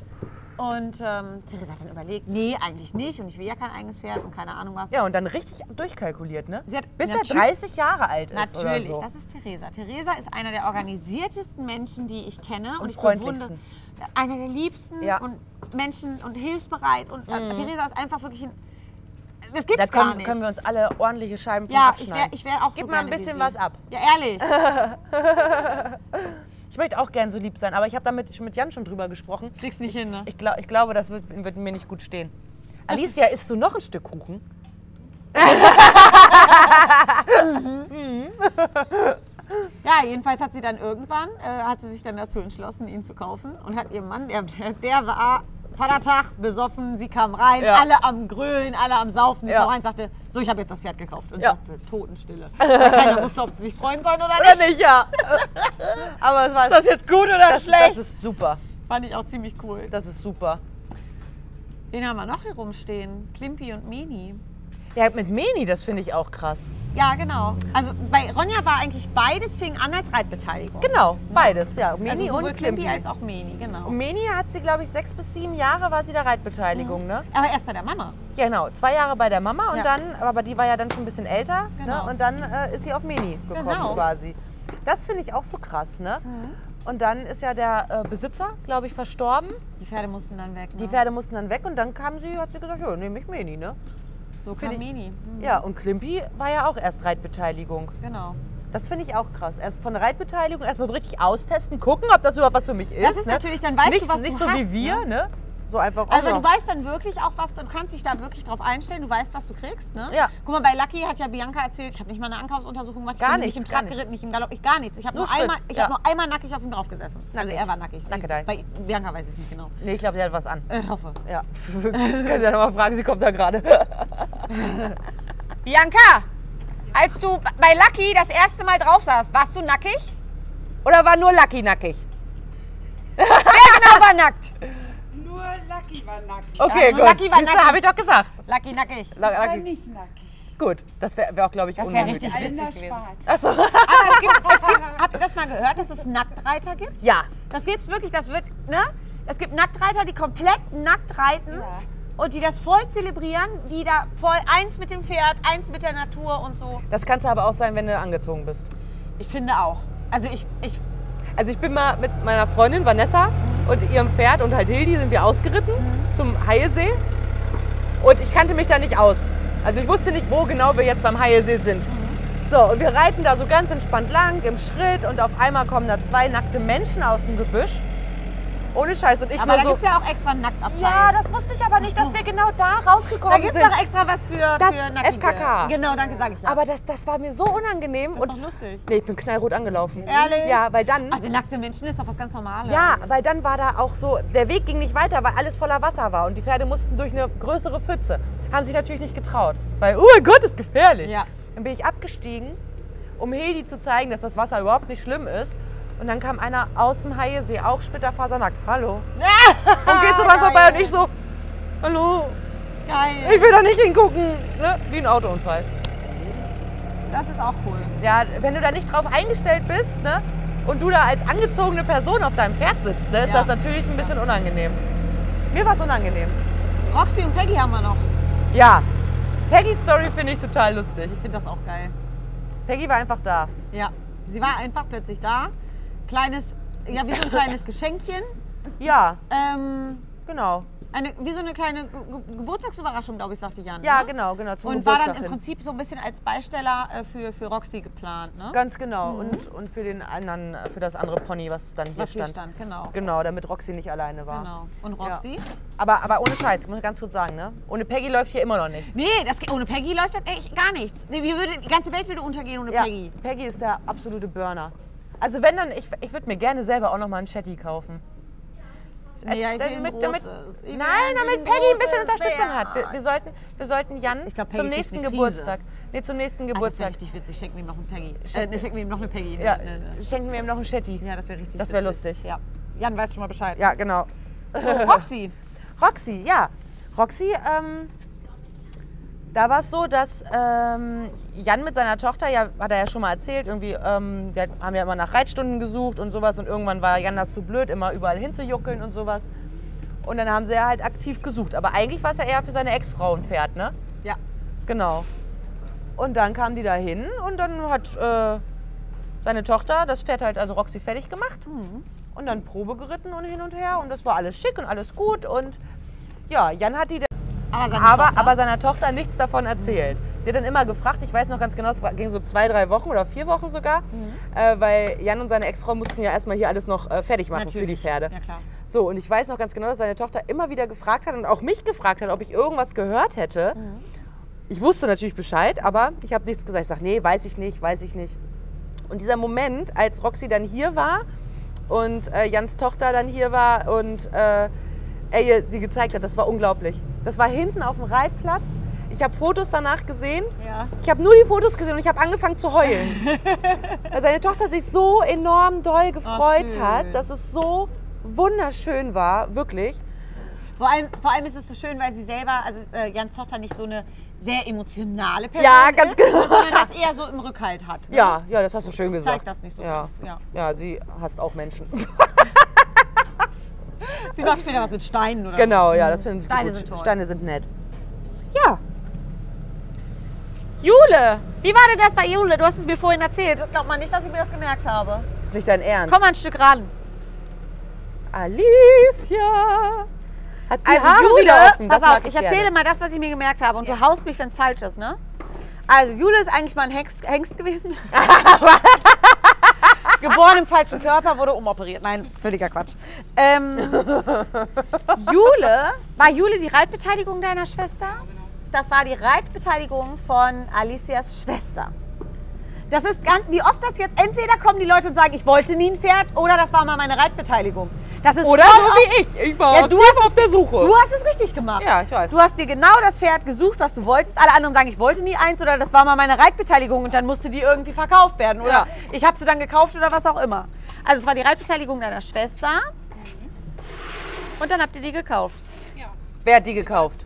B: Und ähm, Theresa hat dann überlegt, nee, eigentlich nicht und ich will ja kein eigenes Pferd und keine Ahnung was.
A: Ja, und dann richtig durchkalkuliert, ne?
B: Sie hat-
A: Bis er
B: Natür-
A: 30 Jahre alt ist
B: Natürlich,
A: oder so.
B: das ist Theresa. Theresa ist einer der organisiertesten Menschen, die ich kenne. Und, ich
A: freundlichsten.
B: bewundere- Einer der liebsten
A: Ja. Mhm.
B: und Menschen und hilfsbereit. Und äh, Theresa ist einfach wirklich ein. Das
A: da
B: gibt's gar
A: können,
B: nicht.
A: können wir uns alle ordentliche Scheiben von
B: ja, ich wäre
A: abschneiden.
B: ich wär auch
A: Gib
B: so
A: mal ein
B: gerne wie
A: bisschen
B: sie.
A: was ab.
B: Ja, ehrlich.
A: Ich möchte auch gern so lieb sein, aber ich habe damit schon mit Jan schon drüber gesprochen.
B: Kriegst nicht hin, ne?
A: Ich, glaub, ich glaube, das wird, wird mir nicht gut stehen. Alicia, isst du noch ein Stück Kuchen?
B: Ja, jedenfalls hat sie dann irgendwann, äh, hat sie sich dann dazu entschlossen, ihn zu kaufen. Und hat ihrem Mann, der, der, der war Vatertag besoffen, sie kam rein,
A: Ja.
B: alle am Grölen, alle am Saufen. Sie
A: Ja.
B: kam rein und sagte, so, ich habe jetzt das Pferd gekauft. Und
A: Ja.
B: sagte, Totenstille. Weil keiner wusste, ob sie sich freuen sollen oder nicht.
A: nicht, ja. aber es war,
B: Ist das jetzt gut oder
A: das,
B: schlecht?
A: das ist super.
B: Fand ich auch ziemlich cool.
A: Das ist super.
B: Wen haben wir noch hier rumstehen? Klimpi und Meni.
A: Ja, mit Meni, das finde ich auch krass.
B: Ja, genau. Also bei Ronja war eigentlich beides fing an als Reitbeteiligung.
A: Genau, beides, ja.
B: Also
A: Meni
B: sowohl
A: und Klimpi.
B: als auch Meni, genau.
A: Und Meni hat sie, glaube ich, sechs bis sieben Jahre war sie der Reitbeteiligung, ne?
B: Aber erst bei der Mama.
A: Genau, zwei Jahre bei der Mama und
B: Mhm. Ja.
A: dann, aber die war ja dann schon ein bisschen älter,
B: Genau.
A: ne? und dann äh, ist sie auf Meni gekommen
B: Genau. Mhm.
A: quasi. Das finde ich auch so krass, ne? Und dann ist ja der äh, Besitzer, glaube ich, verstorben.
B: Die Pferde mussten dann weg. Ne?
A: Die Pferde mussten dann weg und dann kam sie, hat sie gesagt, ja, nehme ich Meni, ne?
B: so
A: find
B: kam
A: ich-
B: Meni. Hm,
A: Ja, und Klimpi war ja auch erst Reitbeteiligung.
B: Genau.
A: Das finde ich auch krass. Erst von der Reitbeteiligung erstmal so richtig austesten, gucken, ob das überhaupt was für mich ist.
B: Das ist
A: ne?
B: natürlich, dann weißt
A: nicht,
B: du, was
A: Nicht
B: du
A: so
B: hast,
A: wie wir,
B: ne?
A: ne? So einfach.
B: Also
A: auch
B: du
A: noch.
B: weißt dann wirklich auch was, du kannst dich da wirklich drauf einstellen, du weißt, was du kriegst, ne?
A: Ja.
B: Guck mal, bei Lucky hat ja Bianca erzählt, ich habe nicht mal eine Ankaufsuntersuchung gemacht, ich
A: Gar
B: bin
A: nichts,
B: nicht im
A: gar
B: Trab
A: nichts.
B: geritten, nicht im Galopp, ich gar nichts. Ich habe
A: Nur
B: nur, einmal,
A: Schritt,
B: ich
A: ja.
B: hab nur einmal nackig auf ihm drauf gesessen. Also
A: Nackig.
B: er war nackig.
A: Nackedei.
B: Bei Bianca weiß ich es nicht genau.
A: nee, ich glaube, sie hat was an.
B: Ich hoffe.
A: Ja. Können Sie ja nochmal fragen, sie kommt da gerade.
E: Bianca, als du bei Lucky das erste Mal drauf saßt, warst du nackig?
A: Oder war nur Lucky nackig?
E: Genau, war nackt.
C: Nur Lucky war nackig.
A: Okay,
B: nur Lucky war
A: Siehst du,
B: nackig.
A: hab ich doch gesagt.
B: Lucky nackig.
A: Oh, Lucky.
C: Ich war nicht nackig.
A: Gut, das wäre wär auch, glaube ich,
B: Das wäre richtig
C: Alter
B: witzig gewesen.
C: Spart.
B: Aber es gibt, es gibt, habt ihr das mal gehört, dass es Nacktreiter gibt?
A: Ja,
B: Das gibt's wirklich, das wird, ne? Es gibt Nacktreiter, die komplett nackt reiten
C: Ja.
B: und die das voll zelebrieren, die da voll eins mit dem Pferd, eins mit der Natur und so.
A: das kannst du aber auch sein, wenn du angezogen bist.
B: Ich finde auch. Also ich, ich
A: Also ich bin mal mit meiner Freundin Vanessa und ihrem Pferd und halt Hildi sind wir ausgeritten
B: Mhm.
A: zum Haie-See. Und ich kannte mich da nicht aus. Also ich wusste nicht, wo genau wir jetzt beim Haie-See sind.
B: Mhm.
A: So, und wir reiten da so ganz entspannt lang im Schritt und auf einmal kommen da zwei nackte Menschen aus dem Gebüsch. Ohne Scheiß. Und ich
B: aber da
A: nur
B: gibt's
A: so.
B: ja auch extra einen Nacktabteil.
A: Ja, das wusste ich aber nicht, dass wir genau da
B: da
A: rausgekommen
B: gibt's
A: sind.
B: doch extra was für,
A: Das
B: für Nackige.
A: FKK.
B: Genau, danke, sage ich ja.
A: Aber das, das war mir so unangenehm.
B: ist
A: Und
B: doch lustig.
A: nee, ich bin knallrot angelaufen.
B: Ehrlich?
A: Ja, weil dann.
B: Ach, die nackte Menschen ist doch was ganz Normales.
A: Ja, weil dann war da auch so, der Weg ging nicht weiter, weil alles voller Wasser war und die Pferde mussten durch eine größere Pfütze. Haben sich natürlich nicht getraut, weil, oh mein Gott, ist gefährlich.
B: Ja.
A: Dann bin ich abgestiegen, um Hedi zu zeigen, dass das Wasser überhaupt nicht schlimm ist. Und dann kam einer aus dem Haiesee, auch splitterfasernackt, hallo. und geht so dran vorbei und ich so, hallo,
B: Geil.
A: ich will da nicht hingucken. Ne? Wie ein Autounfall.
B: Das ist auch cool.
A: Ja, wenn du da nicht drauf eingestellt bist ne? und du da als angezogene Person auf deinem Pferd sitzt, ne? ist
B: Ja.
A: das natürlich ein bisschen unangenehm. Mir war es unangenehm.
B: Roxy und Peggy haben wir noch.
A: Ja, Peggy's Story finde ich total lustig.
B: Ich finde das auch geil.
A: Peggy war einfach da.
B: Ja, sie war einfach plötzlich da. Kleines, ja, wie so ein kleines Geschenkchen.
A: Ja,
B: Ähm,
A: genau.
B: eine, wie so eine kleine Ge Ge Geburtstagsüberraschung, glaube ich, sagte Jan.
A: Ja,
B: ne?
A: genau, genau. Zum
B: Und war
A: Geburtstag
B: dann im
A: hin.
B: Prinzip so ein bisschen als Beisteller äh, für, für Roxy geplant, ne?
A: Ganz genau. Und, und für den anderen, für das andere Pony, was dann hier,
B: Was hier
A: stand.
B: stand, genau.
A: Genau, damit Roxy nicht alleine war.
B: Genau. Und Roxy?
A: Aber, aber ohne Scheiß, muss ich ganz gut sagen, ne? Ohne Peggy läuft hier immer noch nichts.
B: Nee, das, geht- ohne Peggy läuft das echt gar nichts. Nee, wir würde, die ganze Welt würde untergehen ohne Peggy.
A: Peggy ist der absolute Burner. Also wenn dann, ich, ich würde mir gerne selber auch nochmal einen Chatty kaufen.
B: Nee, ja, ich will
A: damit,
B: ein
A: damit,
B: großes. Ich will
A: nein,
B: ein
A: damit Peggy ein bisschen
B: großes
A: Unterstützung
B: Pferd.
A: hat. Wir, wir, sollten, wir sollten Jan
B: Ich glaub, Peggy
A: zum
B: kriegt
A: nächsten
B: eine Krise.
A: Geburtstag. Nee, zum nächsten
B: Ah, das wäre
A: Geburtstag.
B: richtig witzig. Schenken wir ihm noch einen Peggy. Äh, nee, schenken wir ihm noch eine Peggy.
A: Ja,
B: Nee, nee, nee.
A: schenken wir ihm noch einen Chatty.
B: ja das wäre richtig
A: Das wär
B: witzig.
A: lustig.
B: Ja. Jan weiß schon mal Bescheid.
A: Ja, genau.
B: Roxy.
A: Roxy, ja. Roxy, ähm, da war es so, dass ähm, Jan mit seiner Tochter, ja, hat er ja schon mal erzählt, irgendwie, ähm, die hat- haben ja immer nach Reitstunden gesucht und sowas und irgendwann war Jan das zu blöd, immer überall hinzujuckeln und sowas. Und dann haben sie ja halt aktiv gesucht. Aber eigentlich war es ja eher für seine Ex-Frau ein Pferd, ne?
B: Ja.
A: Genau. Und dann kamen die da hin und dann hat äh, seine Tochter das Pferd halt, also Roxy, fertig gemacht. Und dann Probe geritten und hin und her. Und das war alles schick und alles gut. Und ja, Jan hat die dann
B: Aber seine
A: aber,
B: Tochter?
A: aber seiner Tochter nichts davon erzählt. Sie hat dann immer gefragt, ich weiß noch ganz genau, es war- ging so zwei, drei Wochen oder vier Wochen sogar,
B: Mhm.
A: äh, weil Jan und seine Ex-Frau mussten ja erstmal hier alles noch äh, fertig machen für die
B: Natürlich.
A: Pferde.
B: Ja, klar.
A: So, und ich weiß noch ganz genau, dass seine Tochter immer wieder gefragt hat und auch mich gefragt hat, ob ich irgendwas gehört hätte.
B: Mhm.
A: Ich wusste natürlich Bescheid, aber ich habe nichts gesagt. Ich sage, nee, weiß ich nicht, weiß ich nicht. Und dieser Moment, als Roxy dann hier war und äh, Jans Tochter dann hier war und äh, er ihr sie gezeigt hat, das war unglaublich. Das war hinten auf dem Reitplatz. Ich habe Fotos danach gesehen.
B: Ja.
A: Ich habe nur die Fotos gesehen und ich habe angefangen zu heulen. weil seine Tochter sich so enorm doll gefreut
B: schön.
A: hat, dass es so wunderschön war, wirklich.
B: Vor allem, vor allem ist es so schön, weil sie selber, also äh, Jans Tochter nicht so eine sehr emotionale Person
A: Ja, ganz
B: ist,
A: genau.
B: sondern das eher so im Rückhalt hat. ne?
A: Ja, ja, das hast du schön
B: Das
A: gesagt.
B: zeigt das nicht so
A: ja.
B: ganz, ja.
A: ja, sie hasst auch Menschen.
B: Ne? Sie macht später was mit Steinen oder
A: genau, ja, das finden sie
B: Steine
A: gut.
B: sind toll.
A: Steine sind nett. Ja. Jule,
F: Wie war denn das bei Jule? Du hast es mir vorhin erzählt.
B: so. Glaubt man nicht, dass ich mir das gemerkt habe.
A: ist nicht dein Ernst.
F: Komm mal ein Stück ran.
A: Alicia hat die
F: Also
A: Haare wieder offen.
F: Jule,
A: Das
F: pass auf,
A: mag
F: ich,
A: ich
F: erzähle
A: gerne.
F: mal das, was ich mir gemerkt habe und du haust mich, wenn es falsch ist, ne? Also Jule ist eigentlich mal ein Hengst, Hengst gewesen. Geboren im falschen Körper, wurde umoperiert. Nein, völliger Quatsch. Ähm, Jule, war Jule die Reitbeteiligung deiner Schwester? Das war die Reitbeteiligung von Alicias Schwester. Das ist ganz, wie oft das jetzt, entweder kommen die Leute und sagen, ich wollte nie ein Pferd, oder das war mal meine Reitbeteiligung. Das ist
A: Oder
F: voll
A: so
F: auf-
A: wie ich. Ich war
F: Ja, du
A: aktiv auf der Suche.
F: Du hast es richtig gemacht.
A: Ja, ich weiß.
F: Du hast dir genau das Pferd gesucht, was du wolltest. Alle anderen sagen, ich wollte nie eins oder das war mal meine Reitbeteiligung und dann musste die irgendwie verkauft werden oder
A: Ja.
F: ich habe sie dann gekauft oder was auch immer. Also es war die Reitbeteiligung deiner Schwester
A: Mhm.
F: und dann habt ihr die gekauft.
A: Wer hat die gekauft?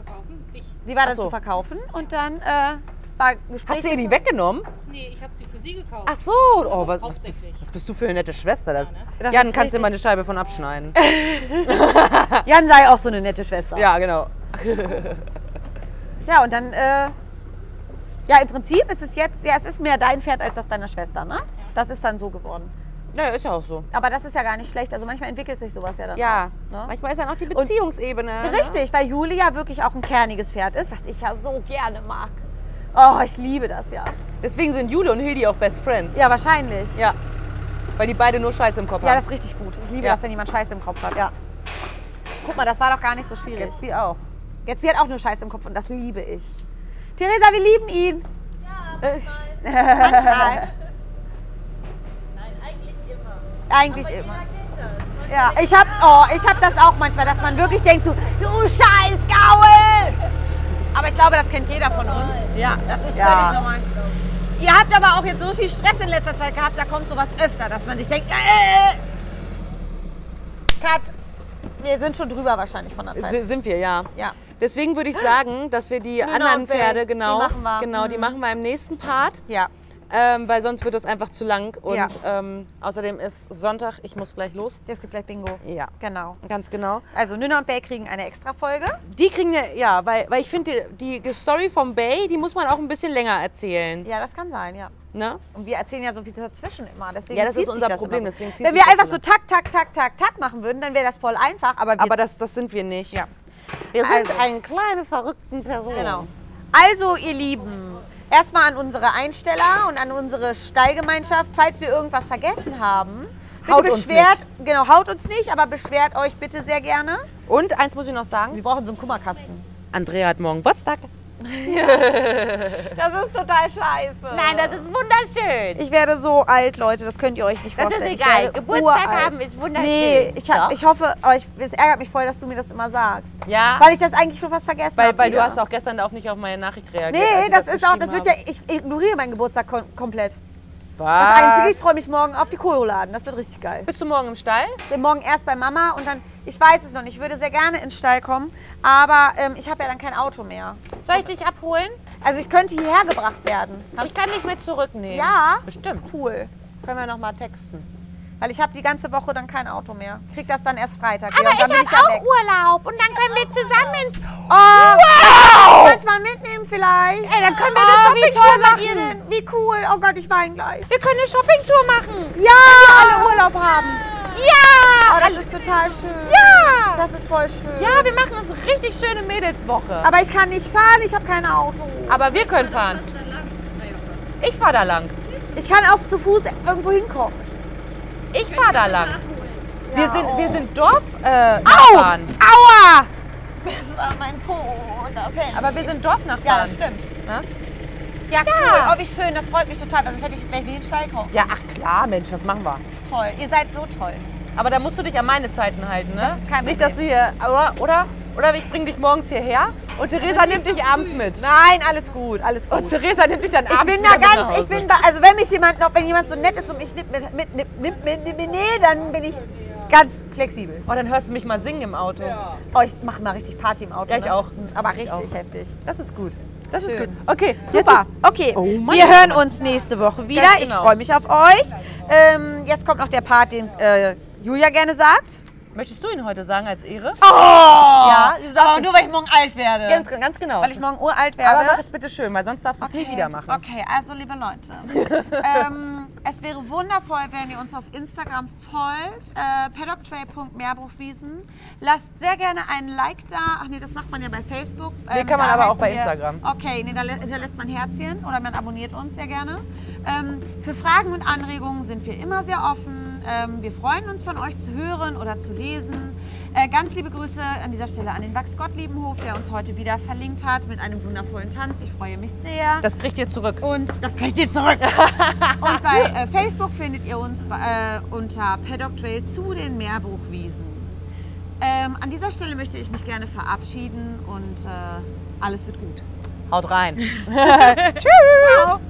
F: Die war dann
A: Ach so.
F: zu verkaufen und dann äh,
B: war Gespräch.
A: Hast du ihr die weggenommen?
F: Nee, ich habe sie für sie gekauft.
A: Ach so, oh, was, was, bist,
F: Hauptsächlich.
A: was bist du für eine nette Schwester? Das,
B: Das
A: Jan,
B: ist
A: kannst du mal eine Scheibe von abschneiden?
B: Jan sei auch so eine nette Schwester.
A: ja, genau.
B: Ja, und dann, äh, ja, im Prinzip ist es jetzt, ja, es ist mehr dein Pferd als das deiner Schwester, ne? Das ist dann so geworden.
A: Naja, ist ja auch so.
B: Aber das ist ja gar nicht schlecht. Also manchmal entwickelt sich sowas ja dann.
A: Ja,
B: Ne?
A: manchmal ist dann auch die Beziehungsebene.
B: auch.
A: ne?
B: Richtig, weil Julia wirklich auch ein kerniges Pferd ist, was ich ja so gerne mag. Oh, ich liebe das ja.
A: Deswegen sind Jule und Hildi auch Best Friends.
B: Ja, wahrscheinlich.
A: Ja. Weil die beide nur Scheiße im Kopf
B: Ja, das
A: haben.
B: ist richtig gut. Ich liebe
A: Ja.
B: das, wenn jemand Scheiße im Kopf hat. Ja. Guck mal, das war doch gar nicht so schwierig. Jetzt wie auch. Jetzt wie hat auch nur Scheiße im Kopf und das liebe ich. Theresa, wir lieben ihn. Äh. Ja, manchmal. manchmal. Nein, eigentlich immer. Eigentlich immer. Ja, ich hab, oh, ich hab das auch manchmal, dass man wirklich denkt so, du scheiß Gaul!
G: Aber ich glaube, das kennt jeder von uns. Ja, das ist
B: Ja.
G: völlig normal. Ihr habt aber auch jetzt so viel Stress in letzter Zeit gehabt, da kommt sowas öfter, dass man sich denkt, äh,
B: Cut. Wir sind schon drüber wahrscheinlich von der Zeit.
A: Si- Sind wir, ja.
B: Ja.
A: Deswegen würde ich sagen, dass wir die
B: und
A: anderen
B: Bell,
A: Pferde,
B: die
A: genau,
B: machen wir.
A: genau, die
B: Mhm.
A: machen wir im nächsten Part,
B: Ja.
A: ähm, weil sonst wird das einfach zu lang. Und
B: Ja.
A: ähm, außerdem ist Sonntag, ich muss gleich los.
B: Jetzt gibt gleich Bingo.
A: Ja,
B: Genau.
A: ganz genau.
B: Also Nünner und Bay kriegen eine extra Folge.
A: Die kriegen ja, ja weil, weil ich finde, die, die Story vom Bay, die muss man auch ein bisschen länger erzählen.
B: Ja, das kann sein, ja.
A: Ne?
B: Und wir erzählen ja so viel dazwischen immer. Deswegen
A: Ja, das
B: zieht
A: ist
B: sich
A: unser
B: das
A: Problem,
B: immer So.
A: deswegen zieht
B: Wenn
A: sich
B: wir
A: das
B: einfach
A: so
B: so tak, tak, tak, tak, tak machen würden, dann wäre das voll einfach. Aber, wir,
A: Aber das, das sind wir nicht.
B: Ja.
A: Wir sind
B: Also.
A: eine kleine, verrückten Person.
B: genau. Also, ihr Lieben, erstmal an unsere Einsteller und an unsere Stallgemeinschaft, falls wir irgendwas vergessen haben. Bitte
A: Haut uns
B: beschwert, genau, haut uns nicht, aber beschwert euch bitte sehr gerne.
A: Und eins muss ich noch sagen,
B: Wir brauchen so einen Kummerkasten.
A: Andrea hat morgen Geburtstag.
B: Das ist total scheiße. Nein, das ist wunderschön. Ich werde so alt, Leute, das könnt ihr euch nicht vorstellen. Ich werde uralt.
A: ist
B: Nee, ich, hab, ich hoffe, aber ich, es ärgert mich voll, dass du mir das immer sagst.
A: Ja.
B: Weil ich das eigentlich schon fast vergessen
A: Weil,
B: habe.
A: weil du
B: wieder.
A: hast auch gestern auch nicht auf meine Nachricht reagiert. als
B: Nee,
A: ich
B: das, ist auch, das
A: geschrieben
B: wird ja, ich ignoriere meinen Geburtstag kom komplett.
A: habe.
B: Das
A: Was?
B: Einzige, ich freue mich morgen auf die Koholaden. Das wird richtig geil.
A: Bist du morgen im Stall?
B: Ich bin morgen erst bei Mama und dann, ich weiß es noch nicht, ich würde sehr gerne ins Stall kommen, aber ähm, ich habe ja dann kein Auto mehr.
A: Soll ich dich abholen?
B: Also ich könnte hierher gebracht werden.
A: Ich kann dich mit zurücknehmen.
B: Ja,
A: Bestimmt.
B: cool.
A: Können wir nochmal texten.
B: Weil ich habe die ganze Woche dann kein Auto mehr. Krieg das dann erst Freitag. Aber dann bin ich ja weg.
A: Urlaub und dann können wir zusammen ins...
B: Oh, wow! Manchmal mitnehmen vielleicht. Ey, dann können wir eine oh, Shoppingtour machen. Ihr denn? Wie cool. Oh Gott, ich weine gleich. Wir können eine Shoppingtour machen. Ja! Wenn wir alle Urlaub haben. Ja! Oh, das ist total schön. Ja! Das ist voll schön.
A: Ja, wir machen uns richtig schöne Mädelswoche.
B: Aber ich kann nicht fahren, ich habe kein Auto.
A: Aber wir können fahren. Ich fahr da lang.
B: Ich kann auch zu Fuß irgendwo hinkommen.
A: Ich fahr da lang. Wir
B: Ja,
A: sind, wir
B: oh.
A: sind Dorf... Äh,
B: Au!
A: Nachbarn.
B: Aua!
A: Aber wir sind Dorfnachbarn.
G: ja, das stimmt.
B: ne?
G: Ja,
A: Ja?
G: cool. Oh, wie schön. Das freut mich total. Sonst hätte ich gleich nie in den Stall kommen.
A: Ja, ach klar, Mensch, das machen wir.
G: Toll. Ihr seid so toll.
A: Aber da musst du dich an meine Zeiten halten, ne?
B: Das ist kein
A: Nicht, dass du hier, oder, oder, oder ich bring dich morgens hierher und Theresa nimmt dich abends mit.
B: Nein, alles gut, alles gut.
A: Und Theresa nimmt dich dann
B: Ich
A: abends
B: bin
A: mit
B: da
A: nach
B: ganz, ich
A: Hause.
B: bin da, also wenn mich jemand noch, wenn jemand so nett ist und mich nimmt mit, mit, nimmt, nimmt, mit, nimmt, mit, nee, dann bin ich ganz flexibel.
A: Oh, dann hörst du mich mal singen im Auto.
B: Oh, ich mache mal richtig Party im Auto.
A: Ja, ich
B: ne?
A: auch.
B: Aber
A: Ich
B: richtig
A: auch.
B: heftig.
A: Das ist gut. Das ist
B: Schön.
A: gut. Okay,
B: Super,
A: Jetzt
B: okay.
A: Oh mein
B: wir
A: Gott.
B: hören uns nächste Woche wieder.
A: Ganz
B: Ich
A: genau.
B: freue mich auf euch. Ähm, jetzt kommt noch der Part, den äh, Julia gerne sagt.
A: ist, möchtest du ihn heute sagen als Ehre?
B: Oh!
A: ja, du darfst
G: Aber nur, weil ich morgen alt werde.
A: ganz, ganz genau.
B: Weil ich morgen uralt werde.
A: Aber mach es bitte schön, weil sonst darfst du es nie wieder machen.
G: Okay, also liebe Leute, ähm, es wäre wundervoll, wenn ihr uns auf Instagram folgt, äh, paddocktrail.meerbuchwiesen. Lasst sehr gerne einen Like da. Ach nee, das macht man ja bei Facebook.
B: Ähm,
A: Nee, kann man
G: da
A: aber auch
G: heißen
A: bei
G: wir-
A: Instagram.
G: Okay, nee, da lä- hinterlässt man Herzchen oder man abonniert uns sehr gerne. Ähm, für Fragen und Anregungen sind wir immer sehr offen. Ähm, wir freuen uns von euch zu hören oder zu lesen. Äh, ganz liebe Grüße an dieser Stelle an den Wachs Gottliebenhof, der uns heute wieder verlinkt hat mit einem wundervollen Tanz. Ich freue mich sehr.
A: Das kriegt ihr zurück.
G: Und das kriegt ihr zurück. und bei äh, Facebook findet ihr uns äh, unter Paddock Trail zu den Meerbuchwiesen. Ähm, an dieser Stelle möchte ich mich gerne verabschieden und äh, alles wird gut.
A: Haut rein.
G: Ciao.